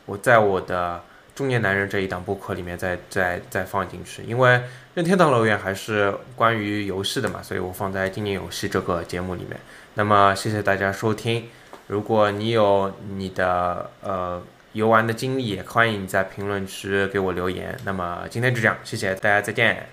S1: 我在我的中年男人这一档播客里面再再再放进去，因为任天堂乐园还是关于游戏的嘛，所以我放在今年游戏这个节目里面。那么谢谢大家收听，如果你有你的呃游玩的经历，也欢迎你在评论区给我留言。那么今天就这样，谢谢大家，再见。